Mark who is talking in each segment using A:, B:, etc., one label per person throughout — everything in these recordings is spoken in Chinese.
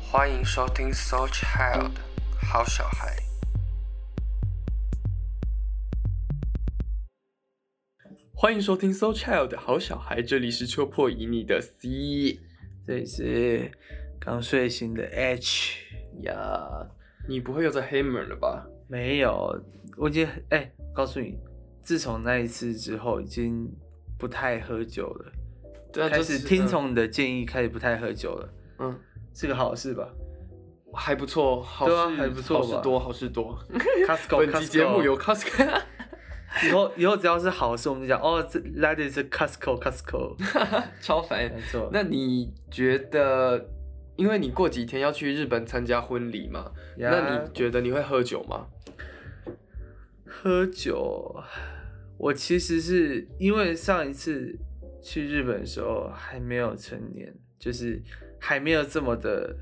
A: 欢迎收听《So Child》好小孩。欢迎收听《So Child》好小孩，这里是戳破以你的 C。
B: 这里是刚睡醒的 H 呀，
A: 你不会又在黑门了吧？
B: 没有，我已经哎、告诉你，自从那一次之后，已经不太喝酒了，
A: 对啊，
B: 开
A: 就是
B: 始听从你的建议，开始不太喝酒了，
A: 嗯，
B: 是个好事吧
A: 还不错，好事、
B: 对啊还不错
A: 好
B: 吧
A: 事多，好事 多。
B: ？Costco，
A: 本期节目由 Costco，
B: 以后以后只要是好事，我们就讲哦，这来的 是 Costco，Costco，
A: 超烦
B: 没。错。
A: 那你觉得，因为你过几天要去日本参加婚礼嘛
B: 呀
A: 那你觉得你会喝酒吗？
B: 喝酒，我其实是因为上一次去日本的时候还没有成年，就是还没有这么的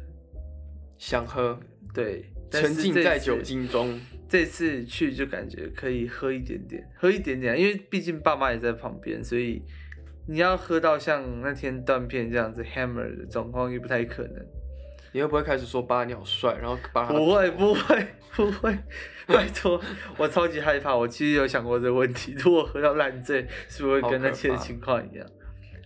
A: 想喝，
B: 对，但
A: 沉
B: 是
A: 浸
B: 这
A: 在
B: 次
A: 酒。精中。
B: 这次去就感觉可以喝一点点，喝一点啊点，因为毕竟爸妈也在旁边，所以你要喝到像那天断片这样子 hammer 的状况也不太可能。
A: 你会不会开始说巴鸟帅，然后把他
B: 不会，不会，不会，拜托，我超级害怕。我其实有想过这个问题，如果喝到烂醉，是不是
A: 好
B: 会跟
A: 可
B: 那天的
A: 怕
B: 情况一样？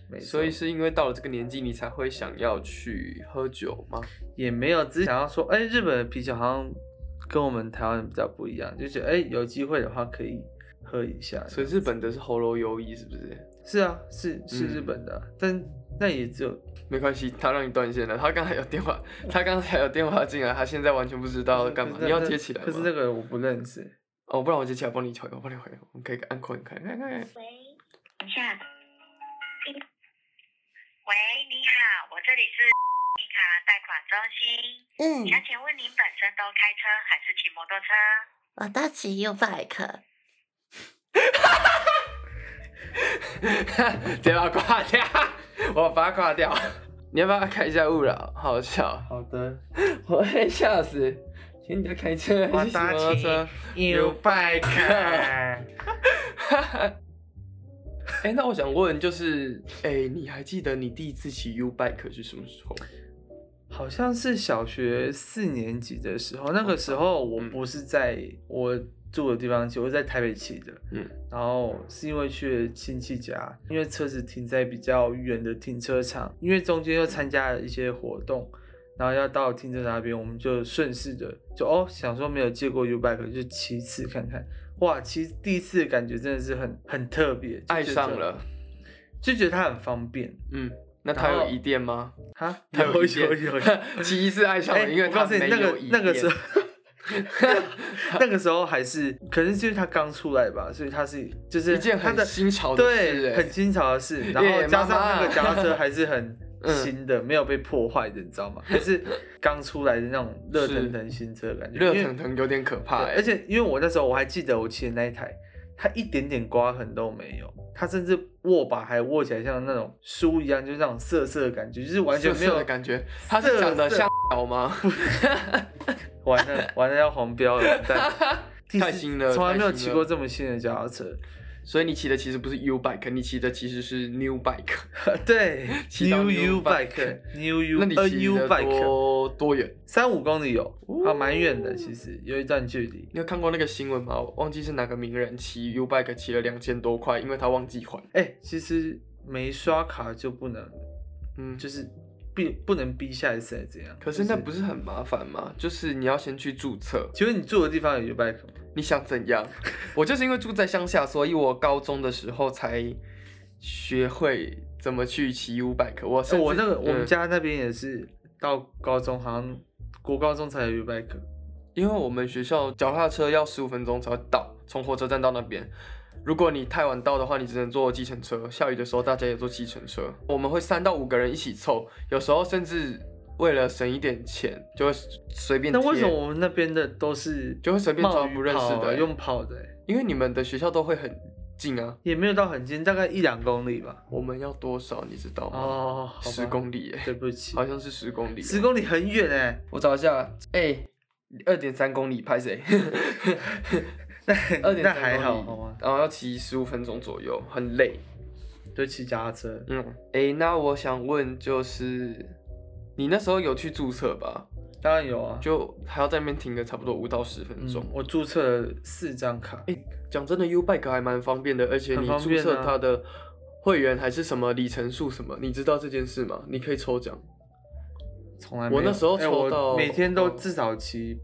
B: 没错
A: 所以是因为到了这个年纪，你才会想要去喝酒吗？
B: 也没有，只是想要说，哎、日本的啤酒好像跟我们台湾比较不一样，就觉得哎、有机会的话可以喝一下。
A: 所以日本的是喉咙优异，是不是？
B: 是啊，是是
A: 嗯
B: 日本的啊、但那也只有
A: 没关系，他让你断线了。他刚才有电 话，他刚才有电话进来，他现在完全不知道要干嘛
B: 可。是那
A: 你要接起来吗？
B: 可是那个人我不认识。
A: 哦，不然我接起来帮你回，我帮你回，我们可以按扣你看，看看看。
C: 喂，等一下。喂，你好，我这里是银行贷款中心。
D: 嗯
C: 想请问您本身都开车还是骑摩托车？
D: 私有 bike，
A: 直接把它挂掉， 我把它挂掉。 你要不要看一下勿扰？好笑，
B: 好的，
A: 我会笑死。请你在开车还是骑摩托车？
B: 有 bike，
A: 哎、那我想问，就是哎、你还记得你第一次骑 U bike 是什么时候？
B: 好像是小学四年级的时候，那
A: 哦
B: 个时候我不是在我住的地方骑，我是在台北骑的。
A: 嗯，
B: 然后是因为去了亲戚家，因为车子停在比较远的停车场，因为中间又参加了一些活动，然后要到停车场那边，我们就顺势的就哦想说没有借过 U bike 就骑次看看，哇，其实第一次的感觉真的是很很特别，就
A: 爱
B: 觉得
A: 上了。
B: 就觉得它很方便
A: 嗯，那它
B: 然
A: 有
B: 后
A: 一电吗？
B: 哈，
A: 它
B: 有
A: 一电
B: 有有，
A: 骑一次爱上
B: 哎，
A: 了，因为
B: 我
A: 它
B: 告诉你
A: 没
B: 那
A: 有
B: 个
A: 一
B: 那个时
A: 电
B: 候。那个时候还是，可能就是它刚出来吧，所以它是就是
A: 一件
B: 它的
A: 很新潮的事、
B: 对，
A: 哎
B: 很新潮的事。然
A: 耶
B: 后加上
A: 妈妈
B: 那个脚踏车还是很
A: 嗯
B: 新的，没有被破坏的，你知道吗？还是刚出来的那种热腾腾新车的感觉，
A: 热
B: 因为
A: 腾腾，有点可怕、
B: 对
A: 哎
B: 而且因为我那时候我还记得我骑的那一台，它一点点刮痕都没有，它甚至握把还握起来像那种书一样，就是那种涩涩的感觉，就是完全没
A: 涩涩
B: 有
A: 的感觉。它是长得
B: 涩涩
A: 像鸟吗？
B: 完了完了要黄标了，完蛋
A: 太新了
B: 从来没有
A: 太新
B: 骑
A: 了
B: 过这么新的脚踏车。
A: 所以你骑的其实不是 U bike，你骑的其实是 New bike。
B: 呃对
A: 骑到
B: ，New
A: new
B: U
A: bike
B: bike，New U
A: 那你
B: N
A: 骑
B: U
A: 的
B: bike，
A: 多多远？
B: 三五公里有
A: 哦，
B: 还蛮远的，其实有一段距离。
A: 你有看过那个新闻吗？我忘记是哪个名人骑 U bike 骑了两千多块，因为他忘记还。
B: 哎、其实没刷卡就不能，
A: 嗯，
B: 就是逼不能逼下一次还是怎样？
A: 可是那不
B: 就是
A: 很麻烦吗？就是你要先去注册，
B: 请问你住的地方有 U bike 吗？
A: 你想怎样？ 我就是因为住在乡下，所以我高中的时候才学会怎么去骑 U bike。我甚
B: 哎
A: 至、
B: 我那个我们
A: 嗯
B: 家那边也是到高中，好像国高中才有 U bike。
A: 因为我们学校脚踏车要十五分钟才会到，从火车站到那边。如果你太晚到的话，你只能坐计程车。下雨的时候，大家也坐计程车。我们会三到五个人一起凑，有时候甚至为了省一点钱，就会随便
B: 那
A: 贴。
B: 为什么我们那边的都是
A: 就会随便抓
B: 冒雨
A: 不认识
B: 跑啊
A: 的欸
B: 用跑的欸、
A: 因为你们的学校都会很近啊。
B: 也没有到很近，大概一两公里吧。
A: 我们要多少，你知道吗？
B: 哦，好吧
A: 十公里耶、
B: 对不起，
A: 好像是十公里。
B: 十公里很远哎、
A: 我找一下，哎、二点三公里，拍谁？
B: 那
A: 二点
B: 那
A: 三
B: 还好
A: 公里
B: 好吗？
A: 然后要骑十五分钟左右，很累。
B: 就骑脚踏车。
A: 嗯，诶、那我想问就是，你那时候有去注册吧？
B: 当然有啊，
A: 就还要在那边停个差不多五到十分钟
B: 嗯。我注册了四张卡，
A: 讲真的，U Bike 还蛮方便的，而且
B: 很
A: 你
B: 方
A: 注
B: 便
A: 册
B: 啊
A: 它的会员还是什么里程数什么，你知道这件事吗？你可以抽奖。
B: 从来没有。
A: 我那时候
B: 哎
A: 抽
B: 我
A: 到
B: 每天都
A: 嗯
B: 至少骑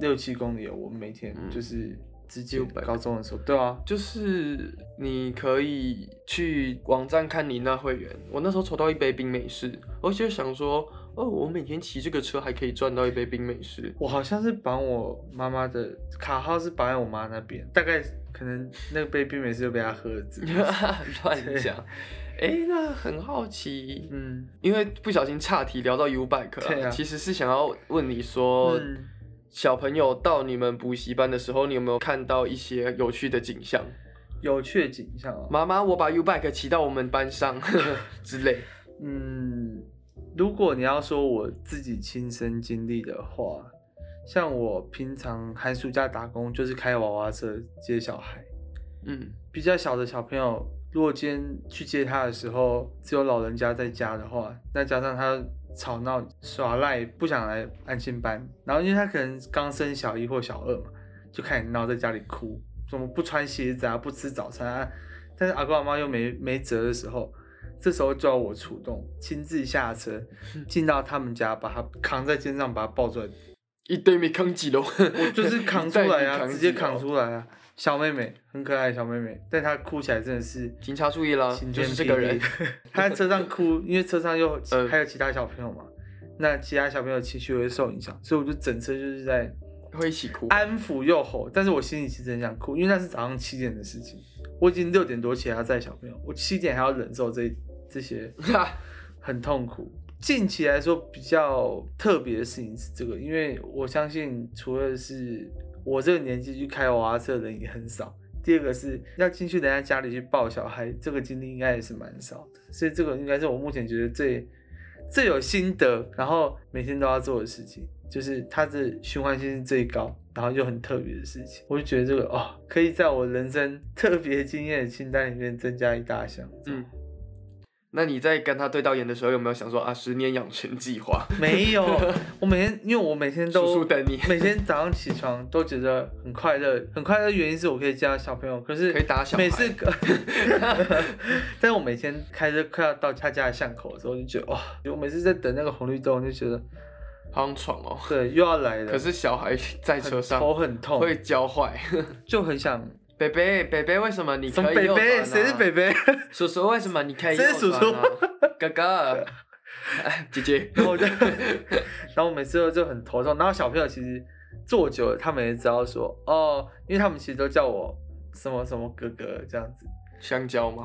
B: 六七公里，我每天
A: 嗯
B: 就是之前
A: 600
B: 高中的时候，对啊，
A: 就是你可以去网站看你那会员。我那时候抽到一杯冰美式，我就想说，哦，我每天骑这个车还可以赚到一杯冰美式。
B: 我好像是绑我妈妈的卡号是绑在我妈那边，大概可能那个杯冰美式就被她喝了 之类的。
A: 乱讲。哎、那很好奇，
B: 嗯
A: 因为不小心岔题聊到 U Bike
B: 对
A: 了、
B: 啊
A: 其实是想要问你说，
B: 嗯，
A: 小朋友到你们补习班的时候，你有没有看到一些有趣的景象？
B: 有趣的景象啊。
A: 妈妈，我把 U Bike 骑到我们班上 之类。
B: 嗯，如果你要说我自己亲身经历的话，像我平常寒暑假打工就是开娃娃车接小孩，
A: 嗯，
B: 比较小的小朋友，如果今天去接他的时候只有老人家在家的话，那加上他吵闹耍赖，不想来安心班，然后因为他可能刚升小一或小二嘛，就开始闹在家里哭，怎么不穿鞋子啊，不吃早餐啊，但是阿公阿妈又没没辙的时候。这时候就要我出动，亲自 下车，进到他们家，把他扛在肩上，把他抱出来，
A: 一堆米康几楼，
B: 我就是扛出来
A: 一袋米
B: 啊，
A: 扛哦
B: 直接
A: 几楼
B: 扛出来啊。小妹妹很可爱，小妹妹，但她哭起来真的是
A: 警察注意啦
B: 晴，
A: 啊就
B: 天
A: 是这个人
B: 霹。 雳。她在车上哭，因为车上又
A: 呃
B: 还有其他小朋友嘛，那其他小朋友情绪会受影响，所以我就整车就是在
A: 会一起哭。
B: 安抚又吼，但是我心里其实很想哭，因为那是早上七点的事情，我已经六点多起来要载小朋友，我七点还要忍受这这些很痛苦。近期来说比较特别的事情是这个，因为我相信除了是我这个年纪去开娃娃车的人也很少，第二个是要进去人家家里去抱小孩，这个经历应该也是蛮少的，所以这个应该是我目前觉得最最有心得，然后每天都要做的事情，就是它的循环性是最高，然后又很特别的事情，我就觉得这个哦，可以在我人生特别经验的清单里面增加一大项。
A: 嗯， 那你在跟他对到眼的时候，有没有想说啊，十年养成计划？
B: 没有，我每天因为我每天都
A: 叔叔等你
B: 每天早上起床都觉得很快乐，很快乐的原因是我可以见到小朋友，可是
A: 可以打小孩
B: 每次， 但是我每天开车快要到他家的巷口的时候，我就觉得哇，我每次在等那个红绿灯，我就觉得
A: 好想闯哦。
B: 对又要来了，
A: 可是小孩在
B: 很
A: 车上
B: 头很痛，
A: 会教坏。
B: 就很想
A: 北北北北，为什么你
B: 什么
A: 可以
B: 北
A: 右转、
B: 北
A: 啊？
B: 谁是北北？
A: 叔叔为什么你可以右
B: 谁
A: 转、啊？
B: 是
A: 哥哥，哎 姐姐，
B: 然后我就，然后我每次都就很头痛。然后小朋友其实坐久了，他们也知道说哦，因为他们其实都叫我什么什么哥哥这样子，
A: 香蕉吗？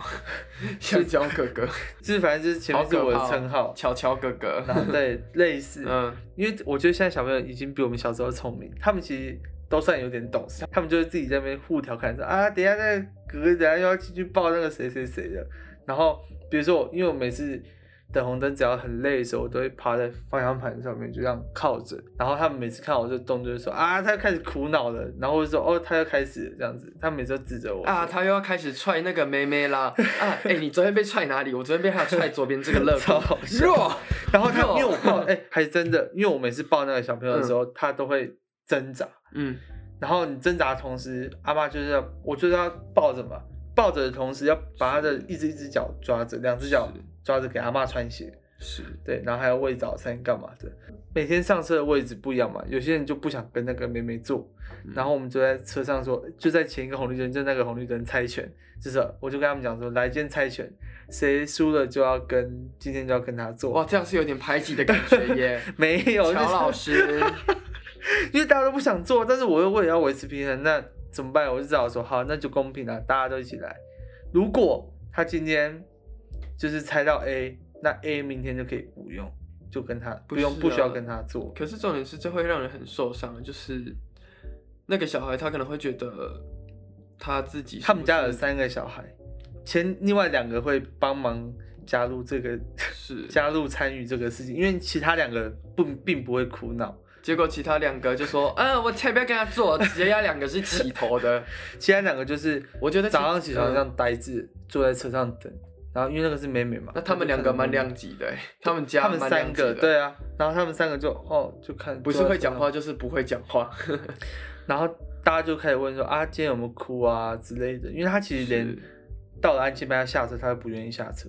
A: 香 蕉哥哥，
B: 就是反正就是前
A: 好
B: 面是
A: 可
B: 我的
A: 怕哦
B: 称号，
A: 乔乔哥哥。
B: 然后 对类似，
A: 嗯，
B: 因为我觉得现在小朋友已经比我们小时候聪明，他们其实都算有点懂事，他们就会自己在那边互调侃说啊，等一下那个哥哥等一下又要进去抱那个谁谁谁的。然后比如说我，因为我每次等红灯只要很累的时候，我都会趴在方向盘上面就这样靠着，然后他们每次看我这动作就说啊，他又开始苦恼了，然后我就说哦，他又开始了这样子，他每次都指着我
A: 啊，
B: 说
A: 他又要开始踹那个妹妹啦！啊， 哎、你昨天被踹哪里？我昨天被他踹左边这个肋
B: 超
A: 骨
B: 好，笑
A: 弱。
B: 然后他
A: 哟
B: 因为我 抱哎、还真的，因为我每次抱那个小朋友的时候，他都会挣扎。
A: 嗯，
B: 然后你挣扎的同时，阿妈就是要我就是要抱着嘛，抱着的同时要把他的一只一只脚抓着，两只脚
A: 是
B: 抓着给阿妈穿鞋，
A: 是，
B: 对，然后还要喂早餐干嘛的。每天上车的位置不一样嘛，有些人就不想跟那个妹妹坐，
A: 嗯
B: 然后我们就在车上说，就在前一个红绿灯，就那个红绿灯猜拳，就是我就跟他们讲说，来今天猜拳，谁输了就要跟今天就要跟他坐。
A: 哇，这样是有点排挤的感觉耶。
B: 没 有，
A: 乔
B: 就是
A: 老 师，
B: 因为大家都不想做，但是我又为了要维持平衡，那怎么办？我就只好说好，那就公平了，大家都一起来。如果他今天就是猜到 A，那 A 明天就可以不用，就跟他
A: 不
B: 不用
A: 是
B: 不需
A: 啊
B: 要跟他做。
A: 可是重点是这会让人很受伤，就是那个小孩他可能会觉得他自己是不是
B: 他们家有三个小孩，前另外两个会帮忙加入这个
A: 是
B: 加入参与这个事情，因为其他两个不并不会苦恼，
A: 结果其他两个就说， 嗯，我才不要跟他做，直接压两个是起头 的。
B: 其他两个就是
A: 我觉得嗯其
B: 早上起床这样呆滞，坐在车上等，然后因为那个是妹妹嘛，
A: 那他们两个蛮量级的欸，他们家
B: 他们
A: 蛮
B: 三
A: 量级
B: 个
A: 的，，
B: 对啊，然后他们三个就哦就看
A: 不是会讲话，就是不会讲话。
B: 然后大家就开始问说啊今天有没有哭啊之类的，因为他其实连
A: 是
B: 到了安静班要下车，他都不愿意下车，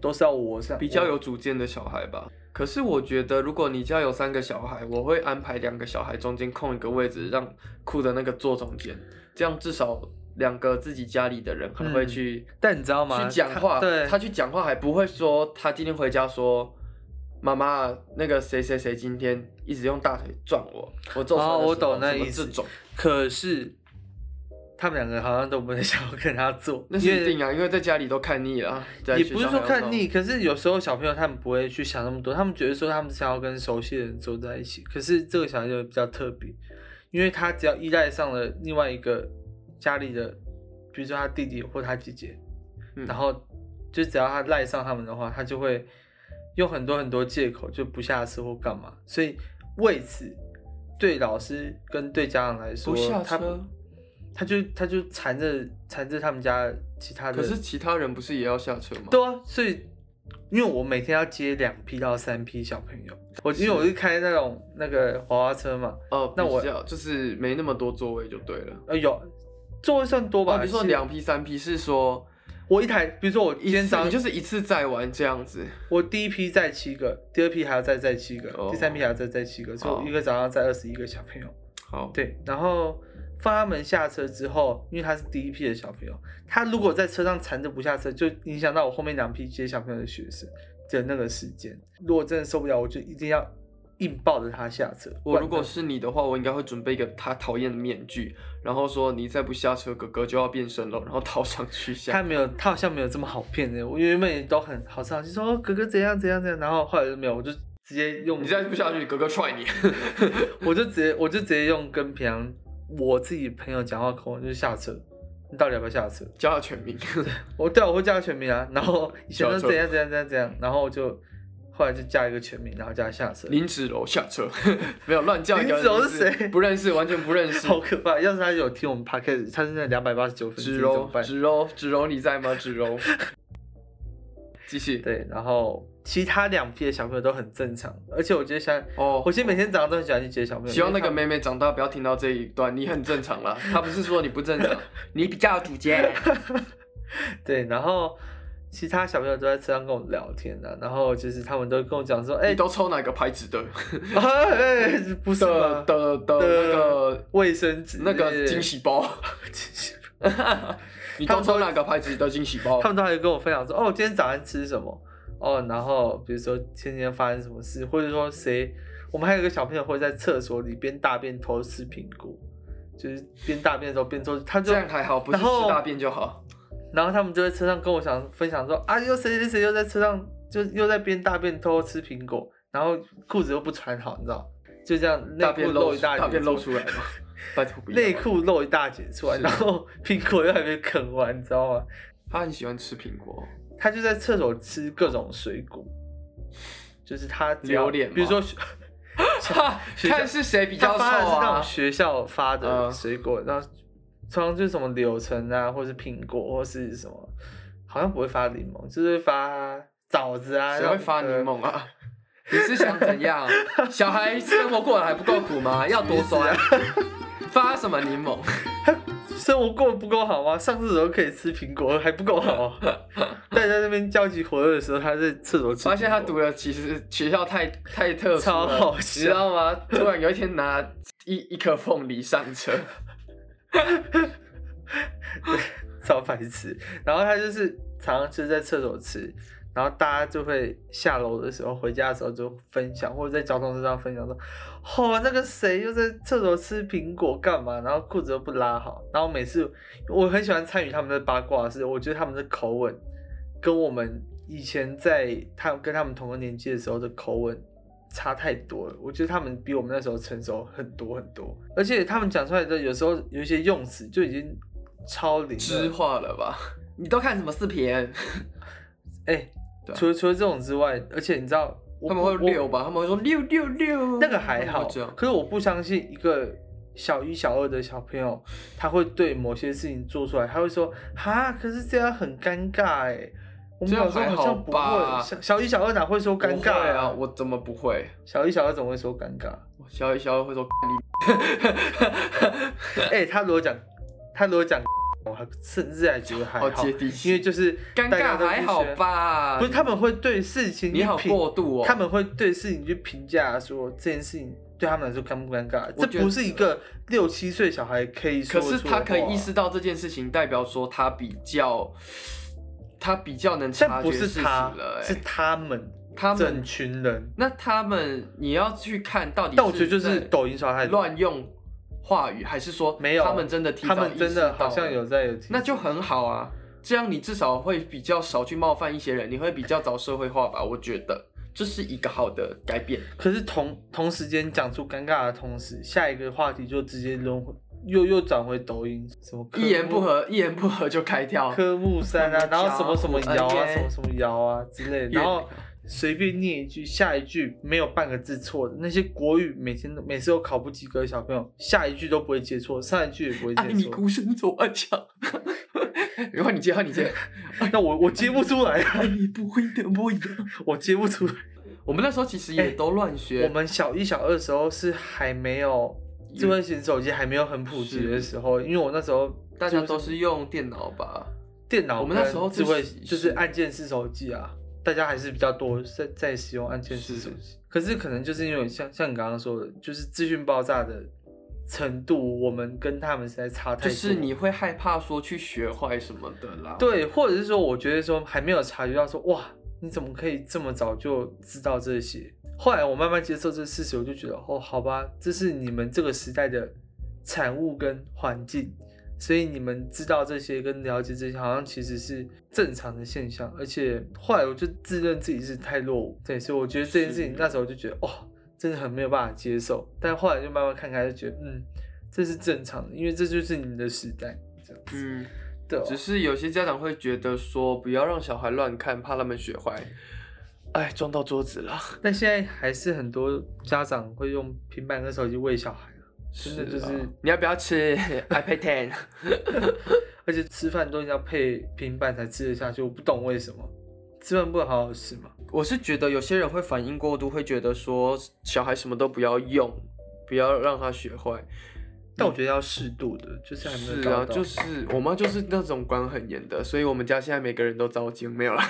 B: 都是要我上
A: 比较
B: 我
A: 有主见的小孩吧。可是我觉得，如果你家有三个小孩，我会安排两个小孩中间空一个位置，让哭的那个坐中间，这样至少两个自己家里的人还会去、
B: 嗯但你知道吗？
A: 去讲
B: 他
A: 话，
B: 对，
A: 他去讲话还不会说他今天回家说。妈妈，那个谁谁谁今天一直用大腿撞我，我做错了
B: 哦
A: 什么、
B: 我懂那
A: 什么
B: 意思
A: 这种
B: 可是他们两个好像都不太想要跟他做，
A: 那
B: 因
A: 是
B: 为
A: 一定啊，因为在家里都看腻了，在
B: 也
A: 学
B: 不是
A: 校
B: 说
A: 还要
B: 看
A: 弄
B: 腻，可是有时候小朋友他们不会去想那么多，他们觉得说他们想要跟熟悉的人走在一起。可是这个小孩就比较特别，因为他只要依赖上了另外一个家里的，比如说他弟弟或他姐姐，
A: 嗯
B: 然后就只要他赖上他们的话，他就会用很多很多借口就不下车或干嘛。所以为此，对老师跟对家长来说，
A: 不下
B: 他
A: 车。
B: 他就他就缠着缠着他们家其他的，
A: 可是其他人不是也要下车吗？
B: 对啊，所以因为我每天要接两批到三批小朋友，我
A: 是
B: 因为我是开那种那个滑滑车嘛，
A: 哦，
B: 那我
A: 比较就是没那么多座位就对了。
B: 呃有座位算多吧，
A: 哦，比如说
B: 其实
A: 两批、三批是说
B: 我一台，比如说我
A: 一
B: 今天
A: 次
B: 早
A: 你
B: 上
A: 就是一次载完这样子，
B: 我第一批载七个，第二批还要再载七个，
A: 哦
B: 第三批还要再载七个，所以
A: 哦
B: 我一个早上要载二十一个小朋友。
A: 好，
B: 对，然后放他们下车之后，因为他是第一批的小朋友，他如果在车上缠着不下车，就影响到我后面两批接小朋友的学生的那个时间。如果真的受不了，我就一定要硬抱着他下车。不
A: 我
B: 然
A: 如果
B: 他
A: 是你的话，我应该会准备一个他讨厌的面具，然后说你再不下车，哥哥就要变身了，然后套上去
B: 他
A: 下。
B: 没有，他好像没有这么好骗的。我原本也都很好上，就说、哦哥哥怎样怎样怎样，然后后来就没有，我就直接用
A: 你再不下去，哥哥踹你。
B: 我就直接我就直接用跟平常我自己朋友讲话口吻，就是下车，你到底要不要下车？
A: 叫他全名，
B: 我对啊、我会叫他全名啊，然后以前都
A: 小车
B: 怎样怎样怎样怎样，然后就后来就加一个全名，然后叫他下车。
A: 林子柔下车， 没有乱叫一个人
B: 林子柔
A: 名字
B: 是谁
A: 不认识，完全不认识。
B: 好可怕！要是他有听我们 podcast，他是那两百八十九分之
A: 芷
B: 一怎么
A: 柔，
B: 办？
A: 芷柔，芷柔，你在吗？芷 柔，继续。
B: 对，然后其他两批的小朋友都很正常，而且我觉得想，
A: 哦
B: 我，其实每天早上都很喜欢去接小朋友。
A: 希望那个
B: 因为
A: 妹妹长大不要听到这一段，你很正 常啦。她不是说你不正常， 你比较有主见。
B: 他对，然后其他小朋友都在车上跟我聊天啊，然后就是他们都跟我讲说，哎、
A: 你都抽哪个牌子 的？
B: 啊 哎、不是
A: 的
B: 吗？
A: 的的那个
B: 卫生纸
A: 那个惊，喜 包，
B: 对惊喜
A: 你都抽哪个牌子的惊喜包
B: 他？们都还跟我分享说，哦，今天早上吃什么？哦，然后比如说今天发生什么事，或者说谁，我们还有一个小朋友会在厕所里边大便偷吃苹果，就是边大便的时候边偷，他就
A: 这，样还好，不是
B: 然后
A: 吃大便就好。
B: 然后他们就在车上跟我想分享说，啊，又谁谁谁又在车上，就又在边大便偷吃苹果，然后裤子又不穿好，你知道，就这样内
A: 大
B: 裤
A: 便
B: 露
A: 露
B: 一大截
A: 大便露
B: 出
A: 出来 嘛？拜托不要。
B: 内，裤露一大截出来，
A: 是
B: 然后苹果又还没啃完，你知道吗？
A: 她很喜欢吃苹 果，
B: 他就在厕所吃各种水果，就是他只要
A: 榴莲吗
B: 比如说学
A: 哈
B: 学校
A: 看是谁比较臭
B: 他发的是那
A: 啊
B: 种？学校发的
A: 嗯
B: 水果，然后通常就是什么柳橙啊，或是苹果，或是什么，好像不会发柠檬，就是会发枣子啊，
A: 谁会发柠檬啊？ 你是想怎样？小孩生活过得还不够苦 吗？要多
B: 啊
A: 酸？发什么柠檬？
B: 那种？生活过得不够好吗？上厕所可以吃苹果，还不够好 吗？大家在那边焦急火热的时候，他在厕所吃苹果，
A: 发现他读的其实学校太太特殊了，
B: 超好
A: 你
B: 笑
A: 知道吗？突然有一天拿一一颗凤梨上车，
B: 超白痴。然后他就是常常就是在厕所吃，然后大家就会下楼的时候、回家的时候就分享，或者在交通车上分享说：“哦，那个谁又在厕所吃苹果干嘛？”然后裤子又不拉好。然后每次我很喜欢参与他们的八卦是，我觉得他们的口吻跟我们以前在他跟他们同个年纪的时候的口吻。差太多了，我觉得他们比我们那时候成熟很多很多，而且他们讲出来的有时候有一些用词就已经超龄了
A: 知化了吧？你都看什么视频？
B: 哎、
A: 对啊
B: 除了除了这种之外，而且你知道，我
A: 他们
B: 不
A: 会
B: 我
A: 溜吧？他们会说六六六，
B: 那个还
A: 他们
B: 好
A: 会这样，
B: 可是我不相信一个小一、小二的小朋友，他会对某些事情做出来，他会说哈，可是这样很尴尬哎。我们
A: 这样
B: 小时
A: 还
B: 候好
A: 好
B: 像不
A: 吧
B: 会，小小一、小二哪会说尴尬
A: 我会啊？我怎么不会？
B: 小一、小二怎么会说尴 尬？
A: 我小一、小二会说
B: 哎、他如果讲，他如果讲，我还甚至还觉得 还
A: 好
B: 好，
A: 接地气
B: 因为就是
A: 尴
B: 大家
A: 尬，
B: 都不
A: 还好
B: 学？
A: 吧？
B: 不是，他们会对事情
A: 你
B: 去
A: 好
B: 评
A: 过度哦。
B: 他们会对事情去评价说这件事情对他们来说尴不尴尬，
A: 我
B: 这
A: 觉得
B: 不是一个六七岁小孩可以
A: 可
B: 说
A: 是
B: 出的话
A: 他可以意识，到这件事情，代表说他比较，他比较能察
B: 但
A: 觉
B: 不
A: 事
B: 是
A: 情
B: 他
A: 了、，
B: 是
A: 欸。
B: 他们
A: 他
B: 整
A: 们，
B: 群人。
A: 那他们你要去看到底。
B: 但我觉得就是抖音刷太多
A: 乱用话语，还是说
B: 没有
A: 他们真的提早
B: 他们真的好像有
A: 意识到了，
B: 在有，
A: 那就很好啊。这样你至少会比较少去冒犯一些人，你会比较早社会化吧？我觉得这是一个好的改变。
B: 可是同同时间讲出尴尬的同时，下一个话题就直接轮回，又又转回抖音，什么科啊目
A: 一言不合，一言不合就开跳。
B: 科目三啊，
A: 什么
B: 然后什么什么摇啊，
A: 家伙
B: 什么什么摇啊之类的，
A: 越
B: 然后随便念一句，下一句没有半个字错的。那些国语每天都每次都考不及格的小朋友，下一句都不会接错，上一句也不会
A: 爱
B: 接
A: 你
B: 错。
A: 孤身走暗 巷。然后你接，然后你接，
B: 那我我接不出来，
A: 爱你不会的哎模样。
B: 我接不出来。
A: 我们那时候其实也都乱学，
B: 我们小一、小二的时候是还没有智慧型手机还没有很普及的时候，因为我那时候
A: 大家
B: 就
A: 都是用电脑吧？
B: 电脑，
A: 我们那时候
B: 智慧
A: 是
B: 就是按键式手机啊，大家还是比较多在在使用按键式手机。可是可能就是因为像像你刚刚说的，就是资讯爆炸的程度，我们跟他们实在差太
A: 就
B: 多。
A: 是你会害怕说去学坏什么的啦。
B: 对，或者是说，我觉得说还没有察觉到说，哇，你怎么可以这么早就知道这些？后来我慢慢接受这事实，我就觉得，哦，好吧，这是你们这个时代的产物跟环境，所以你们知道这些跟了解这些，好像其实是正常的现象。而且后来我就自认自己是太落伍，对，所以我觉得这件事情
A: 是
B: 那时候就觉得，哦，真的很没有办法接受。但后来就慢慢看开，就觉得，嗯，这是正常的，因为这就是你们的时代，这样子。
A: 嗯，
B: 对啊、
A: 只是有些家长会觉得说不要让小孩乱看，怕他们学坏。哎，撞到桌子了，
B: 但现在还是很多家长会用平板跟手机喂小孩啊，真的就是
A: 啊你要不要 吃 iPad Ten？
B: 而且吃饭都一定要配平板才吃得下去，我不懂为什么，吃饭不能好好吃吗？
A: 我是觉得有些人会反应过度，会觉得说小孩什么都不要用，不要让他学坏。
B: 但我觉得要适度的，就是还没有
A: 是
B: 达
A: 啊，
B: 到
A: 就是我妈就是那种管很严的，所以我们家现在每个人都遭惊，没有啦，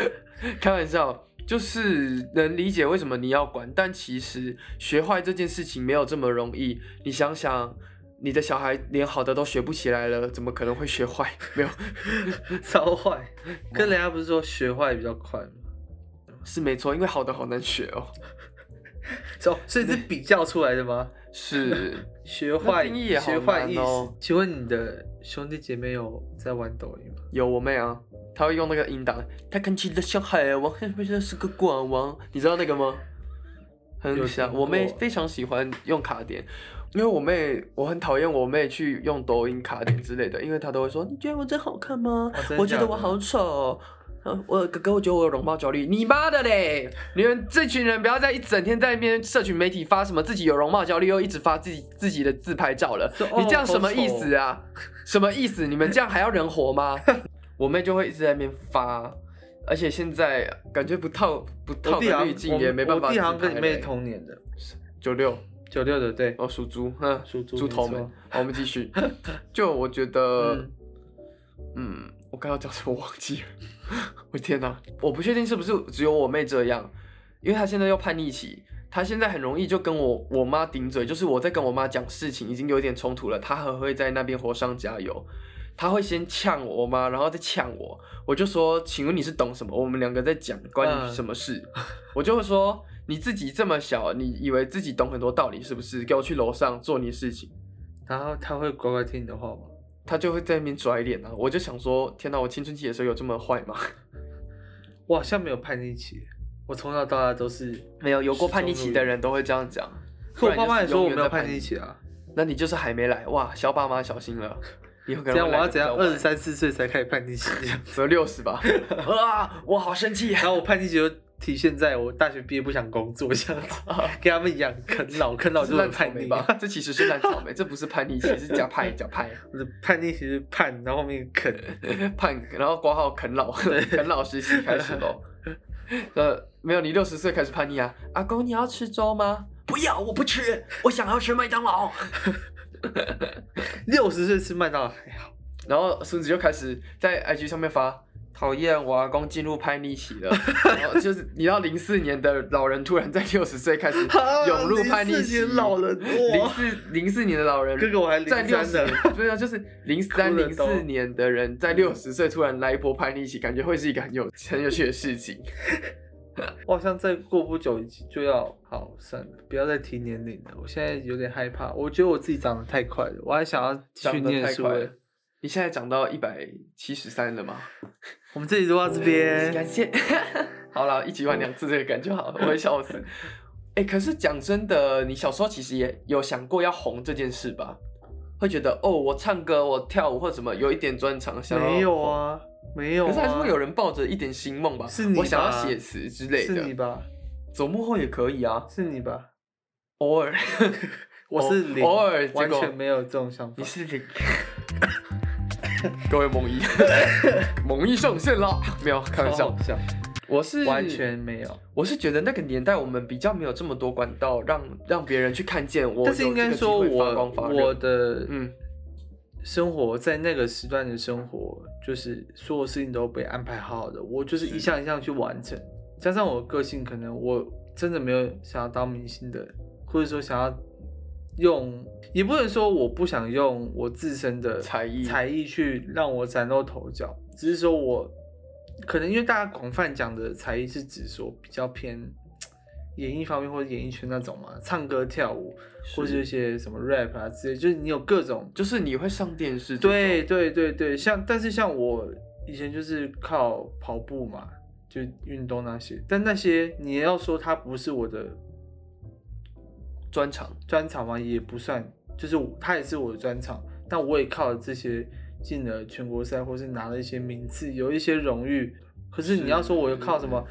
A: 开玩笑，就是能理解为什么你要管，但其实学坏这件事情没有这么容易。你想想，你的小孩连好的都学不起来了，怎么可能会学坏？没有，
B: 超坏。跟人家不是说学坏比较快吗？
A: 是没错，因为好的好难学哦。
B: 所所以是比较出来的吗？
A: 是，
B: 学坏，
A: 那定义也好
B: 学坏意
A: 难哦
B: 思。请问你的兄弟姐妹有在玩抖音吗？
A: 有我妹啊，她会用那个音档，她看起了像海王，看起来是个国王，你知道那个吗？很
B: 有
A: 想，
B: 听过
A: 我妹非常喜欢用卡点，因为我妹，我很讨厌我妹去用抖音卡点之类的，因为她都会说：“你觉得我真好看吗？
B: 哦真的
A: 我觉
B: 假
A: 得
B: 的
A: 我好丑哦。”呃我哥哥，我觉得我有容貌焦虑，你妈的嘞！ 你们这群人不要再一整天在那边社群媒体发什么自己有容貌焦虑，又一直发自己自己的自拍照了，
B: 说
A: 你这样什么意思？
B: 哦好丑
A: 啊？什么意思？你们这样还要人活吗？ 我妹就会一直在那边发，而且现在感觉不套不套
B: 我弟好
A: 个
B: 像
A: 滤镜
B: 我
A: 也没办法
B: 我
A: 自
B: 弟
A: 拍
B: 好
A: 了欸。
B: 像跟你妹同年的，
A: 九六
B: 九六的对。
A: 哦，属猪，嗯，
B: 属猪
A: 猪头
B: 没
A: 们
B: 错。
A: 好，我们继 续。就我觉得，
B: 嗯
A: 嗯我刚刚讲什么忘记了。 我天哪，我不确定是不是只有我妹这样，因为她现在又叛逆期，她现在很容易就跟我我妈顶嘴，就是我在跟我妈讲事情已经有点冲突了，她还会在那边火上加油。她会先呛我妈，然后再呛我，我就说：“请问你是懂什么？我们两个在讲关于
B: 嗯
A: 什么事？”我就会说：“你自己这么小，你以为自己懂很多道理是不是？给我去楼上做你的事情。”
B: 然后他会乖乖听你的话吗？
A: 他就会在那边拽脸啊。我就想说，天哪，我青春期的时候有这么坏吗？
B: 我好像没有叛逆期，我从小到大都 是。
A: 没有，有过叛逆期的人都会这样 讲。
B: 可我爸妈也说我没
A: 没
B: 有叛逆期啊，
A: 那你就是还没来哇，小爸妈小心了， 以后可能
B: 这样
A: 会
B: 我
A: 来
B: 要
A: 得
B: 怎样
A: 比较
B: 二
A: 晚
B: 十，三四岁才开始叛逆期？
A: 则六十吧。啊，我好生气。
B: 然后我叛逆期就体现在我大学毕业不想工作这 样子，给他们养啃老，啃老
A: 这
B: 就是很
A: 烂草
B: 叛
A: 莓
B: 逆
A: 吧？这其实是烂草莓，这不是叛逆期，是假 派假派
B: 我的叛逆其实叛，然后后面啃，
A: 叛，然后挂号啃老， 啃老时期开始 喽。呃，没有，你六十岁开始叛逆啊！阿公，你要吃粥吗？不要，我不吃，我想要吃麦当劳。
B: 六十岁吃麦当劳还好，
A: 然后孙子就开始在 IG 上面发，讨厌我阿公进入叛逆期 了。然后就是你到零四年的老人突然在六十岁开始 涌入叛逆期，
B: 04年老人
A: 啊零
B: 哇，
A: 四零四年的老人，
B: 哥哥我啊还零
A: 在六
B: 三
A: 十
B: 的，，
A: 对啊，就是零三
B: 哭了
A: 零
B: 都嗯
A: 四年的人在六十岁突然来一波叛逆期，感觉会是一个很有很有趣的事情。
B: 我好像再过不久就要好，算了，不要再提年龄了。我现在有点害怕，我觉得我自己长得太快了，我还 想要继续
A: 长得
B: 念
A: 太
B: 书
A: 快
B: 欸。
A: 了，你现在长到一百七十三了吗？
B: 我们这里就到这
A: 感
B: 边，
A: 谢。 好了，一集玩两次这个梗就好了，我会笑 死。哎、可是讲真的，你小时候其实也有想过要红这件事吧？会觉得哦，我唱歌、我跳舞或什么有一点专长，想要
B: 没有
A: 红？
B: 啊，没有、啊，
A: 可是还是会有人抱着一点新梦吧？
B: 是你
A: 我想要
B: 吧
A: 写词之类的，
B: 是你吧？
A: 走幕后也可以啊，
B: 是你吧？
A: 偶尔。
B: 我是零，
A: 偶尔结果
B: 完全没有这种想法
A: 你。是零。 各位猛一， 猛一上线啦！没有，开玩
B: 超
A: 笑
B: 好，笑，
A: 我是
B: 完全没有。
A: 我是觉得那个年代我们比较没有这么多管道让让别人去看见我有
B: 但是
A: 这
B: 应该
A: 个机
B: 说
A: 会
B: 我
A: 发光发热。
B: 我的
A: 嗯
B: 生活在那个时段的生活，就是所有事情都被安排好好的，我就是一项一项去完成。加上我的个性，可能我真的没有想要当明星的，或者说想要用，也不能说我不想用我自身的
A: 才艺
B: 才艺去让我崭露头角，只是说我可能因为大家广泛讲的才艺是指说比较偏演艺方面或者演艺圈那种嘛，唱歌跳舞
A: 是
B: 或者一些什么 rap 啊之类，就是你有各种
A: 就是你会上电视，
B: 对，对对对，像但是像我以前就是靠跑步嘛，就运动那些，但那些你要说它不是我的
A: 专场
B: 专长嘛，也不算，就是我它也是我的专长，但我也靠这些进了全国赛，或是拿了一些名次，有一些荣誉。可是你要说我又靠什么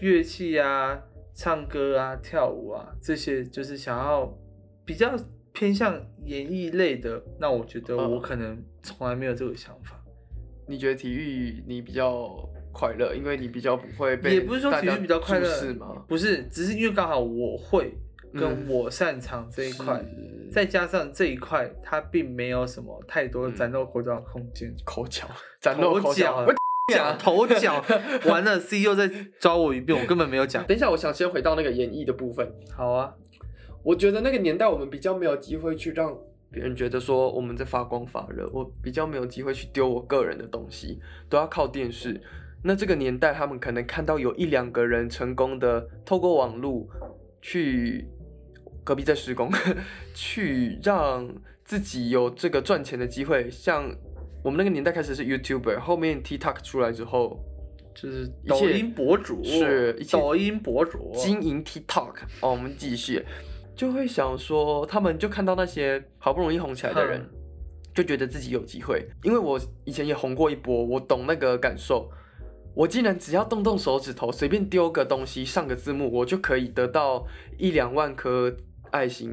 B: 乐器啊、唱歌啊、跳舞啊这些，就是想要比较偏向演艺类的，那我觉得我
A: 嗯
B: 可能从来没有这个想法。
A: 你觉得体育你比较快乐，因为你比较不会被
B: 也不是说体育比较快乐
A: 是吗？
B: 不是，只是因为刚好我会
A: 嗯
B: 跟我擅长这一块，
A: 是
B: 再加上这一块它并没有什么太多展露口角的空间。
A: 口角，嗯 展露口角。
B: 角
A: 我
B: 讲 头角，完了 CEO 在抓我一遍，我根本没有讲。
A: 等一下，我想先回到那个演绎的部分。
B: 好啊，
A: 我觉得那个年代我们比较没有机会去让别人觉得说我们在发光发热，我比较没有机会去丢我个人的东西，都要靠电视。那这个年代，他们可能看到有一两个人成功的透过网络去隔壁在施工， 去让自己有这个赚钱的机会。像我们那个年代开始是 YouTuber，后面 TikTok 出来之后，
B: 就是
A: 一
B: 抖
A: 切
B: 音博主
A: 是一切
B: 抖音博主，
A: 经营 TikTok。哦，我们继续，就会想说，他们就看到那些好不容易红起来的人，
B: 嗯
A: 就觉得自己有机会。因为我以前也红过一波，我懂那个感受。我竟然只要动动手指头，随便丢个东西，上个字幕，我就可以得到一两万颗爱心。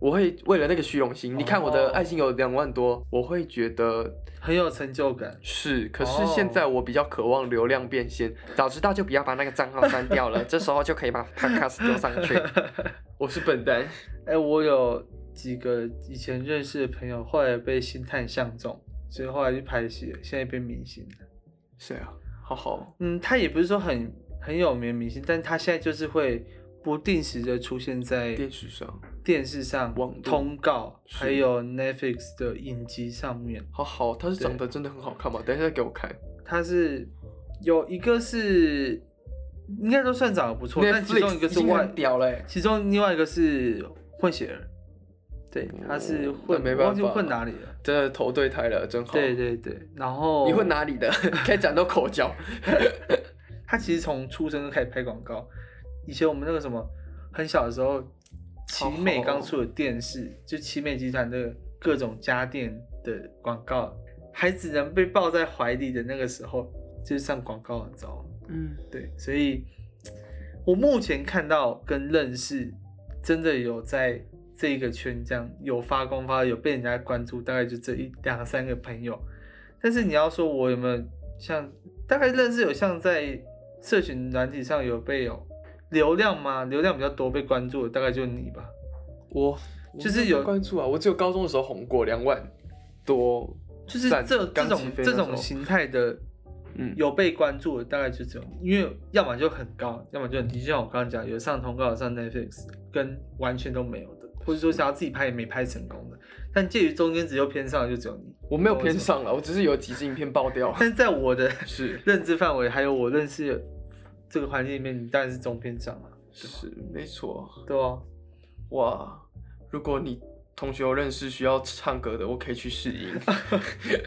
A: 我会为了那个虚荣心，你看我的
B: 哦
A: 爱心有两万多，我会觉得
B: 很有成就感。
A: 是，可是现在我比较渴望流量变现，早知道就不要把那个账号删掉了，这时候就可以把 podcast 丢上去。 我是笨 蛋，
B: 哎、我有几个以前认识的朋友，后来被星探相中，所以后来去拍戏了，现在变明星了。
A: 谁啊？好好，
B: 嗯，他也不是说很很有名的明星，但他现在就是会不定时的出现在
A: 电视上，
B: 电视上
A: 网络、
B: 通告，
A: 是
B: 还有 Netflix 的影集上面。
A: 好好，他是长得真的很好看吗？等一下给我看。
B: 他是有一个是应该都算长得不错，但其中一
A: Netflix
B: 个
A: 已
B: 是
A: 经
B: 外
A: 很，屌欸嘞，
B: 其中另外一个是混血儿，对，他是
A: 哦
B: 混，
A: 那没
B: 我
A: 办
B: 忘记
A: 法
B: 混哪里了。
A: 真的投对台了，真好。
B: 对，对对，然后
A: 你混哪里的？可以讲到口角。
B: 他其实从出生就开始拍广告。以前我们那个什么，很小的时候，奇美刚出的电视，就奇美集团的各种家电的广告，还只能被抱在怀里的那个时候，就是上广告，你知道吗？
A: 嗯，
B: 对，所以我目前看到跟认识，真的有在这一个圈这样有发光发热有被人家关注，大概就这一两三个朋友。但是你要说我有没有像大概认识有像在社群软体上有被有流量吗？流量比较多被关注的大概就你吧。
A: 我
B: 就是有
A: 我没关注啊，我只有高中的时候红过两万多，
B: 就是
A: 赞
B: 这这
A: 刚
B: 种
A: 起飞那
B: 这
A: 时候
B: 种形态的
A: 嗯，
B: 有被关注的，大概就只有你，因为要么就很高，要么就很低，就像我刚刚讲，有上通告、有上 Netflix，跟完全都没有的，或者说想要自己拍也没拍成功的。但介于中间值又偏上的就只有你，
A: 我没有偏
B: 你懂
A: 上了，我哦只是有几支影片爆掉
B: 我意思吗。。但是在我的
A: 是
B: 认知范围，还有我认识的这个环境里面，你当然是中偏上啊，
A: 是，没错。
B: 对啊，
A: 哇，如果你同学有认识需要唱歌的，我可以去试音。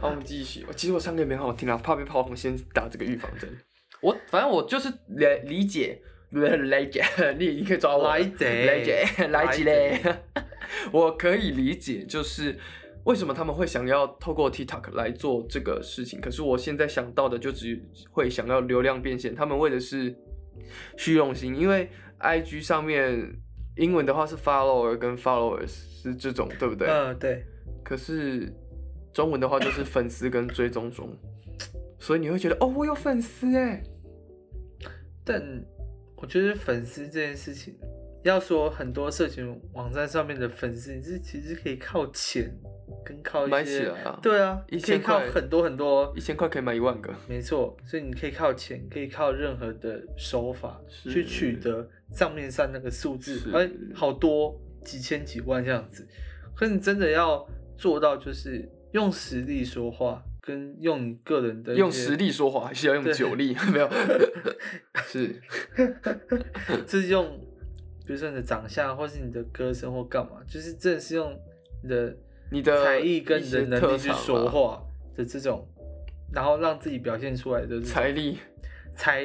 A: 好，我们继续。其实我唱歌也没很好听啊，怕被炮轰，先打这个预防针。我反正我就是理理解，理解， 你你可以抓我
B: 来者
A: 来解， 来解嘞。我可以理解，就是为什么他们会想要透过 TikTok 来做这个事情。可是我现在想到的就只会想要流量变现，他们为的是虚荣心，因为 IG 上面英文的话是 follower 跟 followers 是这种，对不对？
B: 嗯，对，
A: 可是中文的话就是粉丝跟追踪中，所以你会觉得哦，我有粉丝哎，
B: 但
A: 嗯
B: 我觉得粉丝这件事情，要说很多社群网站上面的粉丝，你是其实可以靠钱跟靠一些
A: 买起来啊
B: 对啊，
A: 一
B: 你可以
A: 千
B: 靠
A: 块
B: 很多很多
A: 一，千块可以买一万个，
B: 没错，所以你可以靠钱，可以靠任何的手法
A: 是
B: 去取得账面上那个数字，
A: 是
B: 哎，好多几千几万这样子。可是你真的要做到，就是用实力说话，跟用你个人的一
A: 用
B: 些
A: 实力说话还是要用
B: 对
A: 酒力？ 没 有，是
B: 就是用，比如说你的长相，或是你的歌声或干嘛，就是真的是用你的
A: 你的
B: 才艺跟你的能力
A: 一些
B: 去
A: 特长啊
B: 说话的这种，然后让自己表现出来的这种
A: 财力
B: 才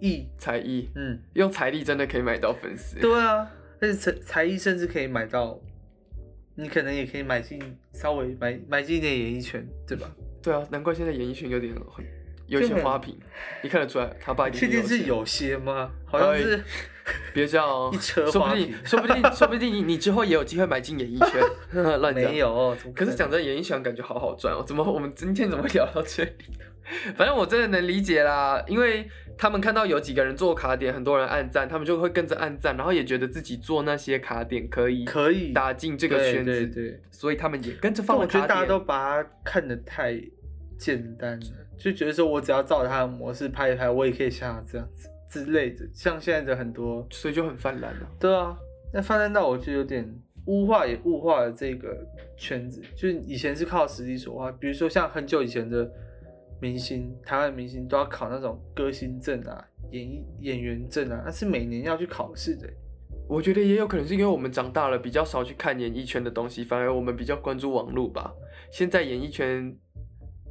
B: 艺，
A: 才艺，
B: 嗯，
A: 用财力真的可以买到粉丝。
B: 对啊，而且才才艺甚至可以买到，你可能也可以买进稍微买买进一点演艺圈，对 吧？
A: 对啊，难怪现在演艺圈有点有一些花瓶，你看得出来，他爸一定
B: 确定是
A: 钱
B: 有些吗？好像是，，
A: 哎别这样哦
B: 一车
A: 说
B: 花
A: 不
B: 瓶
A: 定，说不定，说不定你你之后也有机会买进演艺 圈，乱讲
B: 没。有，怎么
A: 可是
B: 能
A: 讲真，演艺圈感觉好好赚哦，怎么我们今天怎么聊到这里？ 反正我真的能理解啦，因为他们看到有几个人做卡点，很多人按赞，他们就会跟着按赞，然后也觉得自己做那些卡点可以
B: 可以
A: 打进这个圈子，
B: 对对对
A: 所以他们也跟着
B: 但
A: 放
B: 我
A: 了
B: 觉
A: 卡
B: 得
A: 点。
B: 大家都把它看得太简单了，就觉得说我只要照他的模式拍一拍，我也可以像他这样子之类的。像现在的很多，
A: 所以就很泛滥了。
B: 对啊，那发展到我就有点污化，也物化了这个圈子。就是以前是靠实力说话，比如说像很久以前的明星，台湾明星都要考那种歌星证啊、演艺演员证啊，那是每年要去考试的。
A: 我觉得也有可能是因为我们长大了，比较少去看演艺圈的东西，反而我们比较关注网络吧。现在演艺圈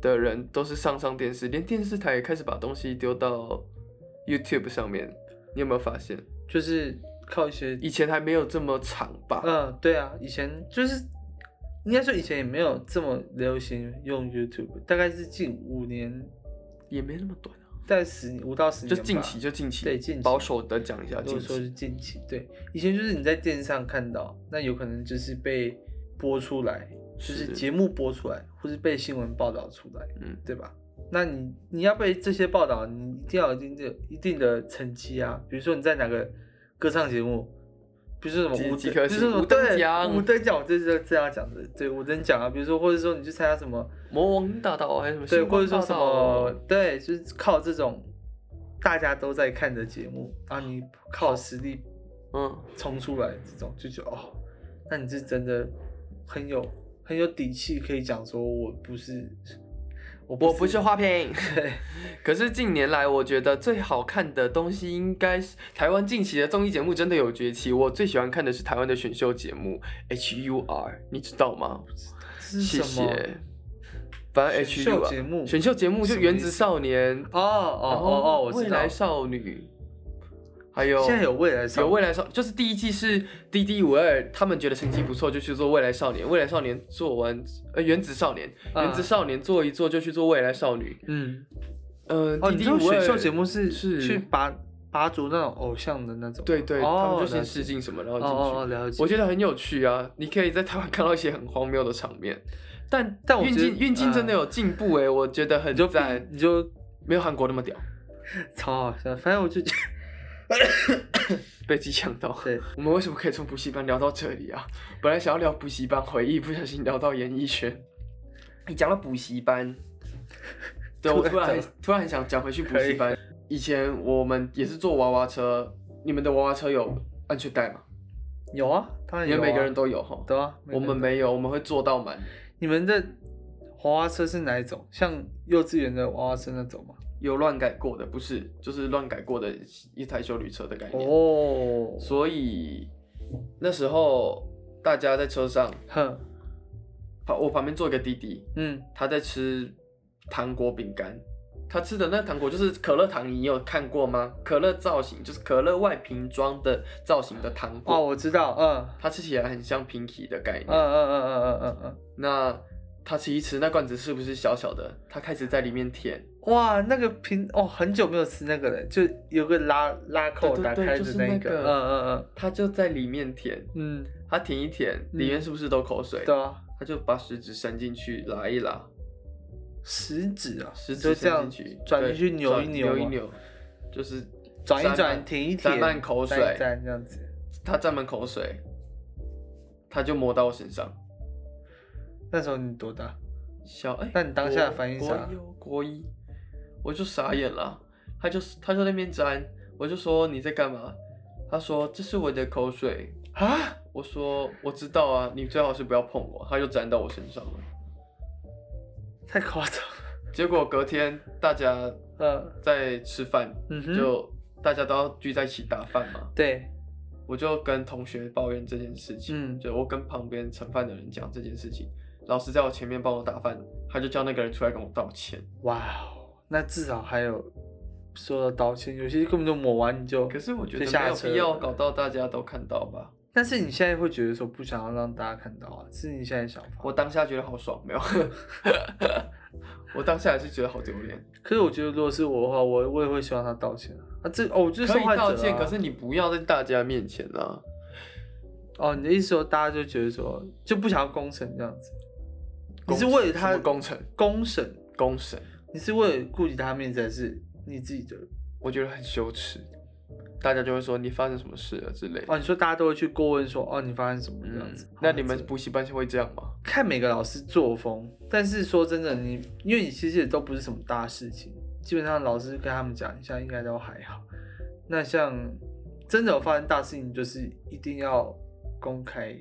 A: 的人都是上上电视，连电视台也开始把东西丢到 YouTube 上面。你有没有发现，
B: 就是靠一些
A: 以前还没有这么长吧？
B: 嗯，对啊，以前就是应该说以前也没有这么流行用 YouTube，大概是近五年，
A: 也没那么短啊，
B: 在十年五到十年
A: 就
B: 吧，
A: 近期就近期，
B: 对近期
A: 保守的讲一下
B: 如
A: 近
B: 果说
A: 期。
B: 是近期，对，以前就是你在电视上看到，那有可能就是被播出来，就是
A: 是
B: 节目播出来，或是被新闻报道出来，
A: 嗯，
B: 对吧？那你你要被这些报道，你一定要有一定的一定的成绩啊，比如说你在哪个歌唱节目，比如说什么
A: 几
B: 五
A: 几
B: 等
A: 颗
B: 比
A: 星
B: 如说什么
A: 五等
B: 对
A: 奖
B: 五等奖，我就是这样讲的，对五等奖啊，比如说或者说你去参加什么，
A: 魔王大道还是什么？
B: 对，
A: 星
B: 或
A: 光
B: 者说
A: 大
B: 什
A: 道啊
B: 么，对，就是靠这种大家都在看的节目，然后你靠实力
A: 嗯，
B: 冲出来，这种就觉得哦，那你是真的很有很有底气，可以讲说我不是，我不
A: 我不是花 瓶。
B: 对，
A: 可是近年来，我觉得最好看的东西应该是台湾近期的综艺节目真的有崛起。我最喜欢看的是台湾的选秀节目 H U R，你知道吗？
B: 这是
A: 谢
B: 什么？呃
A: 谢。反正 H
B: 选
A: U
B: 秀
A: R
B: 节目
A: 选秀节目就《
B: 什么意思
A: 原子少年》
B: 哦哦
A: 然后
B: 哦哦，我知
A: 未
B: 道
A: 来，少女，还有
B: 现在有未来少
A: 有
B: 女
A: 未来少，就是第一季是 D D 五二，他们觉得成绩不错，就去做未来少年。未来少年做完，呃，原子少年，
B: 嗯
A: 原子少年做一做就去做未来少女。
B: 嗯，
A: 呃，
B: 哦，
A: 滴
B: 你
A: 滴
B: 这种
A: 五二
B: 选秀节目是
A: 是
B: 去把八组那种偶像的那种吗，
A: 对对，他们
B: 哦
A: 就先
B: 了
A: 试
B: 解
A: 镜什么，然后
B: 哦
A: 进去。
B: 哦，哦了解。
A: 我觉得很有趣啊！你可以在台湾看到一些很荒谬的场面，但
B: 但我
A: 运
B: 觉得嗯
A: 镜运镜真的有进步诶、我觉得很
B: 你就比
A: 赞，
B: 你就
A: 没有韩国那么屌，
B: 超好笑，哦反正我就觉得。
A: 被自己呛到
B: 对，
A: 我们为什么可以从补习班聊到这里啊？本来想要聊补习班回忆，不小心聊到演艺 圈。你讲到补习班，对我突
B: 突然
A: 然很
B: 讲
A: 突然很想讲回去补习班。以前我们也是坐娃娃车，你们的娃娃车有安全带吗？
B: 有啊，当然
A: 你
B: 有、
A: 们
B: 啊，
A: 每个人都有哈。
B: 对啊，每个
A: 我
B: 人
A: 们
B: 都
A: 没有，我们会坐到满。
B: 你们的娃娃车是哪一种？像幼稚园的娃娃车那种吗？
A: 有乱改过的，不是，就是乱改过的一台修旅车的概念。
B: 哦，
A: 所以那时候大家在车上，
B: 哼，
A: 旁我旁边坐一个弟弟，
B: 嗯，
A: 他在吃糖果饼干。他吃的那糖果就是可乐糖，你有看过吗？可乐造型就是可乐外瓶装的造型的糖
B: 哦，
A: 果，
B: 我知道，嗯，
A: 它吃起来很像 Pinky 的概
B: 嗯
A: 念。
B: 嗯嗯嗯嗯嗯
A: 那他吃一吃，那罐子是不是小小的？他开始在里面舔，
B: 嗯，哇，那个瓶哦，很久没有吃那个了，就有个拉拉
A: 对
B: 扣
A: 对
B: 打
A: 对
B: 开
A: 就
B: 的
A: 是
B: 一
A: 那
B: 个，
A: 个
B: 嗯
A: 他就在里面舔，
B: 嗯嗯嗯，
A: 他舔一舔，里面是不是都口水？
B: 对啊，
A: 他就把食指伸进去拉一拉，
B: 食指啊，
A: 食
B: 就
A: 指
B: 这样
A: 伸进去，
B: 转进去
A: 对
B: 扭一
A: 转
B: 扭
A: 扭
B: 嘛
A: 一扭，就是
B: 转一
A: 沾
B: 转，
A: 满
B: 舔一
A: 沾
B: 舔，
A: 满口水，
B: 沾一沾这样子，
A: 他沾满口水，他就抹到我身上。
B: 那时候你多大？
A: 小哎，
B: 那你当下的反应
A: 国
B: 啥
A: 国一哦国一，我就傻眼了。他就他就在那边沾，我就说你在干嘛？他说这是我的口水。
B: 啊？
A: 我说我知道啊，你最好是不要碰我。他就沾到我身上了。
B: 太夸张 了，
A: 结果隔天大家呃
B: 嗯
A: 在吃饭，
B: 嗯哼，
A: 就大家都要聚在一起打饭嘛。
B: 对，
A: 我就跟同学抱怨这件事情，
B: 嗯
A: 就我跟旁边盛饭的人讲这件事情，老师在我前面帮我打饭，他就叫那个人出来跟我道歉。
B: 哇哦，那至少还有说到道歉，有些根本就抹完你就。
A: 可是我觉得
B: 就下
A: 没有
B: 车
A: 必要
B: 了
A: 搞到大家都看到吧。
B: 但是你现在会觉得说不想要让大家看到啊，是你现在的想法。
A: 我当下觉得好爽，没有， 我当下还是觉得好丢脸。
B: 可是我觉得如果是我的话，我我也会希望他道歉啊。啊这哦，我就是
A: 可
B: 受
A: 以
B: 害者、啊。
A: 道歉，可是你不要在大家面前啊。
B: 哦，你的意思说大家就觉得说就不想要公审这样子，你是
A: 公
B: 为了
A: 什
B: 他
A: 么公审
B: 公审，
A: 公审，
B: 你是为了顾及他面子还是你自己的？
A: 我觉得很羞耻，大家就会说你发生什么事了之类的。
B: 哦，你说大家都会去过问说哦你发生什么这样
A: 嗯
B: 子？，
A: 那
B: 哦
A: 你们
B: 这
A: 补习班会这样吗？
B: 看每个老师作风，但是说真的，你因为你其实也都不是什么大事情，基本上老师跟他们讲一下，应该都还好。那像真的有发生大事情，就是一定要公开，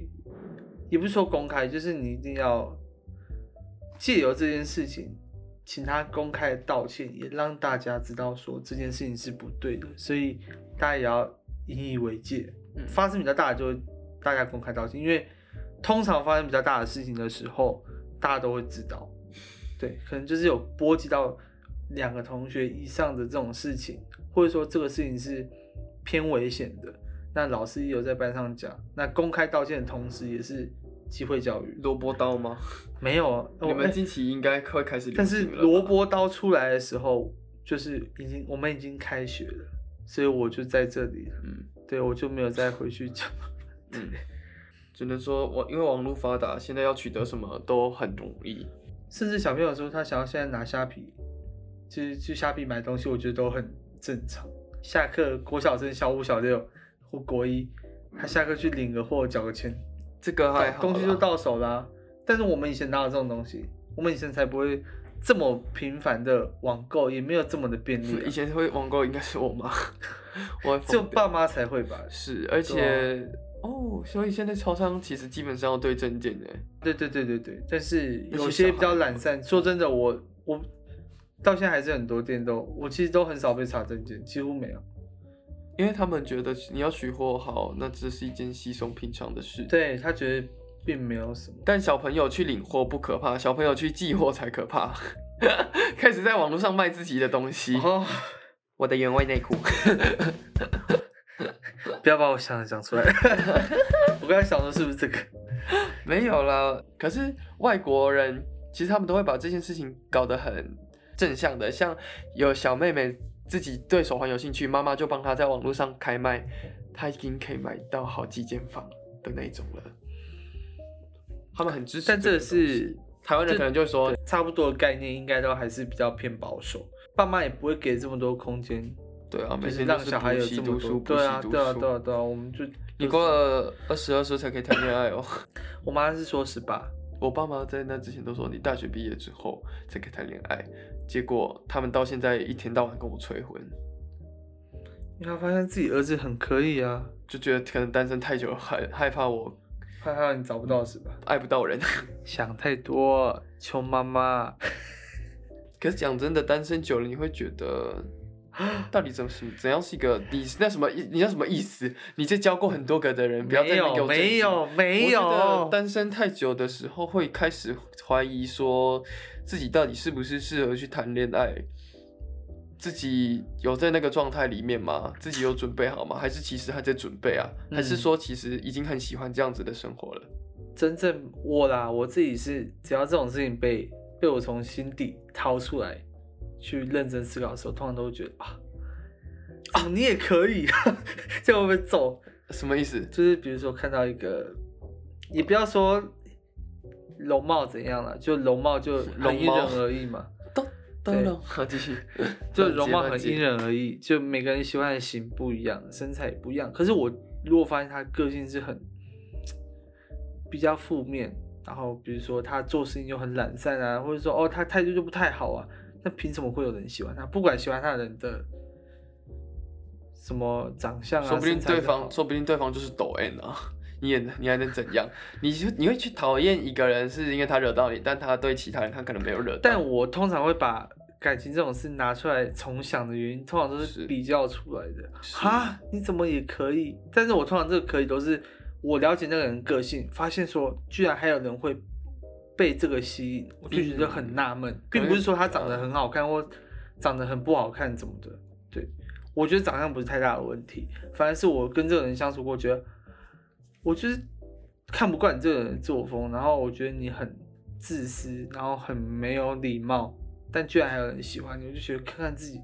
B: 也不是说公开，就是你一定要借由这件事情，请他公开道歉，也让大家知道说这件事情是不对的，所以大家也要引以为戒。
A: 嗯
B: 发生比较大的就会大家公开道歉，因为通常发生比较大的事情的时候，大家都会知道。对，可能就是有波及到两个同学以上的这种事情，或者说这个事情是偏危险的，那老师也有在班上讲，那公开道歉的同时也是机会教育。
A: 萝卜刀吗？
B: 没有啊，
A: 你
B: 我
A: 们
B: 哎
A: 近期应该会开始流
B: 但是
A: 行了吧
B: 萝卜刀出来的时候，就是已经我们已经开学了，所以我就在这里了。
A: 嗯
B: 对，我就没有再回去讲。
A: 嗯，只能说网因为网络发达，现在要取得什么都很容易。
B: 甚至小朋友说他想要现在拿虾皮，就是去虾皮买东西，我觉得都很正常。下课，国小生小五、小六或国一，他下课去领个货、缴个钱，
A: 这个还好啦，
B: 东西就到手啦、但是我们以前哪有这种东西？我们以前才不会这么频繁的网购，也没有这么的便利、
A: 以
B: 啊，
A: 前会网购应该是我妈，我会疯
B: 只有爸
A: 掉
B: 妈才会吧？
A: 是，而且、
B: 啊
A: 哦，所以现在超商其实基本上要对证件的。
B: 对对对对对，但是
A: 那
B: 有
A: 些小
B: 些比较
A: 孩
B: 懒散。说真的，我我到现在还是很多店都，我其实都很少被查证件，几乎没有。
A: 因为他们觉得你要取货好，那这是一件稀松平常的事。，
B: 对他觉得并没有什么。
A: 但小朋友去领货不可怕，小朋友去寄货才可怕。 开始在网络上卖自己的东西，
B: 哦，
A: 我的原味内裤。
B: 不要把我想的讲出来。我刚才想说是不是这个？
A: 没有啦，可是外国人其实他们都会把这件事情搞得很正向的，像有小妹妹自己对手环有兴趣，妈妈就帮他在网络上开卖，他已经可以买到好几间房的那种了。他们很支持
B: 但
A: 这
B: 这
A: 个东西，
B: 是
A: 台湾人可能就会说
B: 对，差不多的概念，应该都还是比较偏保守，爸妈也不会给这么多空间，
A: 对啊，每
B: 就是
A: 天
B: 让
A: 都是
B: 小孩
A: 补
B: 有
A: 习
B: 这么
A: 读
B: 多。
A: 书，补
B: 对啊，
A: 习读
B: 对啊，对啊，
A: 书。
B: 对啊，我们就
A: 你过，了二十二岁才可以谈恋爱哦。
B: 就是我妈是说十八，
A: 我爸妈在那之前都说你大学毕业之后才可以谈恋爱，结果他们到现在一天到晚跟我催婚，
B: 因为她发现自己儿子很可以啊，
A: 就觉得可能单身太久了，害害怕我
B: 怕怕你找不到是吧？
A: 爱不到人。
B: 想太多，求妈妈。
A: 可是讲真的，单身久了你会觉得， 到底怎么什么怎样是一个你那什么意你那什么意思？你这教过很多个的人，不要再
B: 没
A: 那边给我
B: 有
A: 争
B: 没
A: 执
B: 有没
A: 我觉得
B: 有，
A: 单身太久的时候，会开始怀疑说自己到底是不是适合去谈恋爱，自己有在那个状态里面吗？自己有准备好吗？还是其实还在准备啊？还是
B: 嗯
A: 说其实已经很喜欢这样子的生活了？
B: 真正我啦，我自己是只要这种事情被被我从心底掏出来，去认真思考的时候，通常都会觉得啊，怎么你也可以， 这样会被揍。
A: 什么意思？
B: 就是比如说看到一个，也不要说容貌怎样了，就容貌就很
A: 容
B: 因
A: 貌
B: 人而异嘛，
A: 当当
B: 对
A: 然， 好继 续。
B: 就
A: 乱接
B: 容貌
A: 乱
B: 很
A: 接
B: 因人而异，就每个人喜欢的型不一样，身材也不一样。可是我如果发现他个性是很比较负面，然后比如说他做事情就很懒散啊，或者说哦他态度就不太好啊，那凭什么会有人喜欢他？不管喜欢他的人的什么长相啊，
A: 说不定
B: 身材
A: 对
B: 就好
A: 方，说不定对方就是抖 N 啊， 你也你还能怎样？你就你会去讨厌一个人，是因为他惹到你，但他对其他人他可能没有惹到。
B: 但我通常会把感情这种事拿出来重想的原因，通常都
A: 是
B: 是比较出来的。
A: 是
B: 哈，你怎么也可以？但是我通常这个可以都是我了解那个人个性，发现说居然还有人会被这个吸引，我就觉得很纳闷，并不是说他长得很好看或长得很不好看怎么的。对，我觉得长相不是太大的问题，反而是我跟这个人相处过，我觉得我就是看不惯你这个人的作风，然后我觉得你很自私，然后很没有礼貌，但居然还有人喜欢你，我就觉得看看自己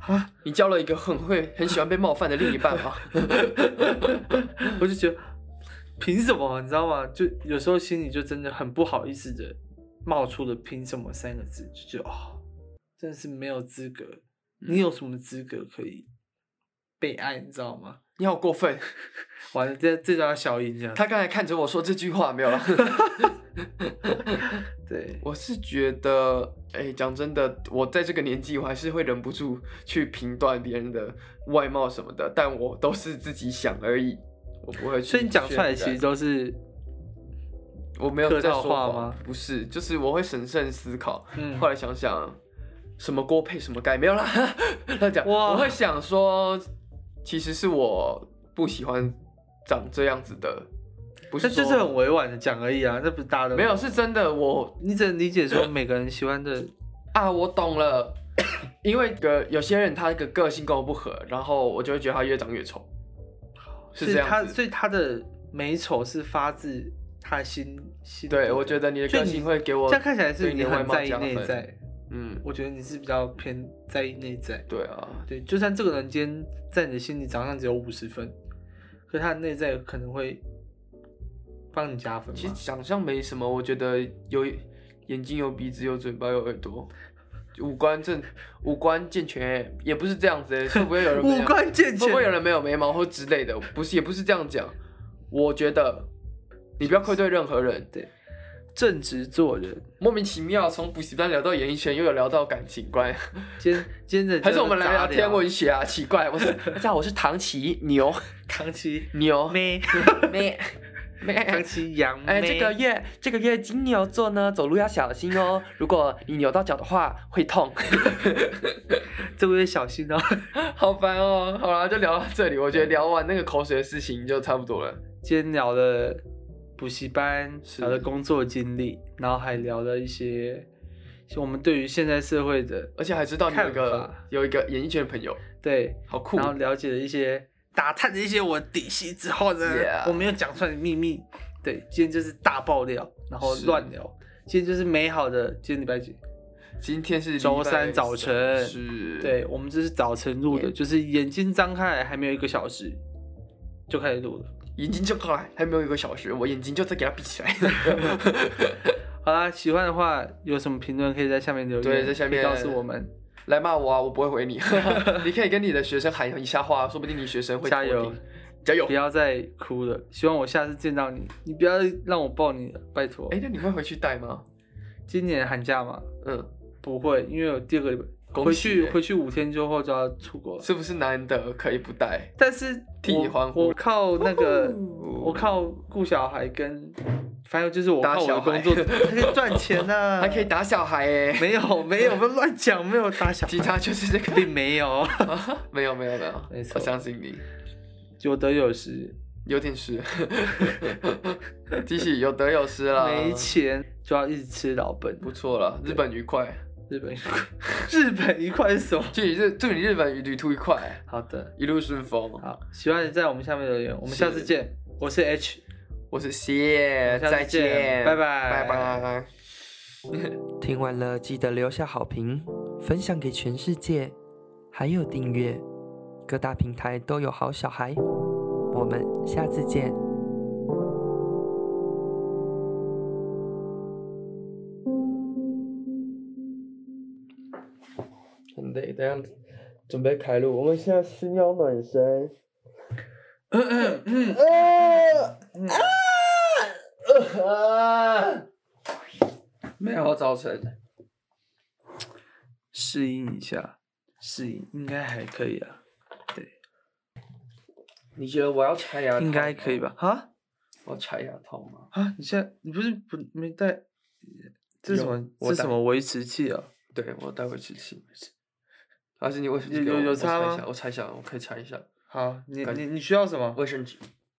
B: 啊，
A: 你交了一个很会、很喜欢被冒犯的另一半吗？
B: 我就觉得凭什么，你知道吗？就有时候心里就真的很不好意思的冒出了“凭什么”三个字，就觉得哦，真的是没有资格，
A: 嗯
B: 你有什么资格可以被爱，你知道吗？
A: 你好过分！
B: 完了，这这叫小赢家。
A: 他刚才看着我说这句话没有了。
B: 对，
A: 我是觉得，哎、讲真的，我在这个年纪，我还是会忍不住去评断别人的外貌什么的，但我都是自己想而已，我不会去渲染。
B: 所以你讲出来其实都是
A: 我没有
B: 客
A: 在
B: 套
A: 说
B: 话
A: 谎
B: 吗
A: 不是，就是我会审慎思考。
B: 嗯
A: 后来想想，什么锅配什么盖没有啦， 乱讲。
B: 哇
A: 我会想说，其实是我不喜欢长这样子的，不
B: 那
A: 是
B: 就是
A: 说
B: 很委婉的讲而已啊，那不是大家都
A: 没有，是真的我
B: 你只能理解说每个人喜欢的，
A: 啊，我懂了。 因为个有些人他的个性跟我不合，然后我就会觉得他越长越丑，是这
B: 他，
A: 样
B: 所
A: 子。
B: 以他的美丑是发自他心心底的。
A: 对，我觉得你的
B: 所以
A: 个
B: 你
A: 性会给我
B: 这样看起来
A: 对
B: 是
A: 你
B: 你
A: 的外
B: 很
A: 貌
B: 在意
A: 加
B: 内
A: 分
B: 在，
A: 嗯，
B: 我觉得你是比较偏在意内在。
A: 对啊，
B: 对，就算这个人今天在你的心里长相只有五十分，可他的内在可能会帮你加分
A: 其实
B: 嘛。
A: 长相没什么，我觉得有眼睛、有鼻子、有嘴巴、有耳朵，五官正五官健全，也不是这样子、欸，会不会有人 没有
B: 五官健
A: 会
B: 全
A: 不，会有人没有眉毛或之类的？不是，也不是这样讲。我觉得你不要愧对任何人。
B: 正直做人。
A: 莫名其妙从补习班聊到演艺圈，又有聊到感情观，
B: 今天今天的
A: 还是我们来
B: 杂
A: 聊天文学啊？奇怪，我是 大家好，我是唐奇牛
B: 唐琪
A: 牛
B: 妹，
A: 咩
B: 唐
A: 咩。
B: 琪杨妹。
A: 哎，这个月这个月金牛座呢，走路要小心哦。如果你扭到脚的话，会痛，
B: 这个月小心哦。
A: 好烦哦。好啦，就聊到这里，我觉得聊完那个口水的事情就差不多了。
B: 今天聊了补习班，
A: 是
B: 聊了工作经历，然后还聊了一些我们对于现在社会的
A: 而且还知道你有一
B: 看
A: 个
B: 法
A: 有一个演艺圈的朋友，
B: 对，
A: 好酷
B: 然。后了解了一些打探了一些我底细之后呢
A: Yeah
B: 我没有讲出来的秘密。对，今天就是大爆料，然后
A: 是
B: 乱聊。今天就是美好的，今天礼拜几？
A: 今天是礼
B: 周
A: 拜
B: 三早晨
A: 是，
B: 对，我们这是早晨录的，
D: Yeah
B: 就是眼睛张开来还没有一个小时就开始录了。
A: 眼睛就过来，还没有一个小时，我眼睛就再给它闭起来。
B: 好啦，喜欢的话有什么评论可以在下面留言，
A: 对在下面
B: 可以告诉我们。
A: 来骂我啊，我不会 回你。你可以跟你的学生喊一下话，说不定你学生会
B: 加油
A: 多听，加油
B: 不！要再哭了，希望我下次见到你，你不要让我抱你了，拜托。
A: 哎，那你会回去带吗？
B: 今年寒假嘛，
A: 嗯，
B: 不会，因为我第二个礼拜
A: 恭
B: 回
A: 喜
B: 去
A: 欸
B: 回去五天之后就要出国了。
A: 是不是难得可以不带？
B: 但是
A: 替你
B: 我
A: 欢呼
B: 我靠那个，
A: 呼
B: 我靠顾小孩跟，反正就是我
A: 打
B: 靠我的
A: 小
B: 工
A: 孩
B: 作，还可以赚钱呐、
A: 还可以打小孩哎、
B: 没有没有，不要乱讲，没有打小
A: 警
B: 孩，
A: 察就是这个。
B: 并没有，
A: 没有没有没有
B: 没，错
A: 我相信你，
B: 有得有失，
A: 有点湿。 继续有得有失啦，
B: 没钱就要一直吃老本，
A: 不错了，日本愉快，
B: 日本日本一块是什么？
A: 祝你日祝你日本旅途愉快，
B: 好的，
A: 一路顺风。
B: 好，喜欢的在我们下面留言，我们
A: 是
B: 下次见，我 是 H。
A: 我是谢，
B: 下次
A: 再
B: 见
A: 见，
B: 拜拜
A: 拜拜。
E: 听完了，记得留下好评，分享给全世界，还有订阅，各大平台都有好小孩。我们下次见。
A: 很累，等一下准备开录，我们现在需要暖身。没有早晨，
B: 适应一下，适应应该还可以啊，
A: 你觉得我要拆牙套吗
B: 应该可以？吧？啊
A: 我要拆牙套吗？
B: 啊！你现在你不是不没带？这是什
A: 有
B: 么？
A: 我
B: 这是什
A: 带
B: 么维持器啊？
A: 对，我待会去吃。还是你卫生纸
B: 有
A: 给我
B: 有有
A: 我
B: 擦
A: 拆一
B: 吗
A: 下，我拆一下，我可以拆一下
B: 好，你
A: 感
B: 你你需要什么？
A: 卫生纸。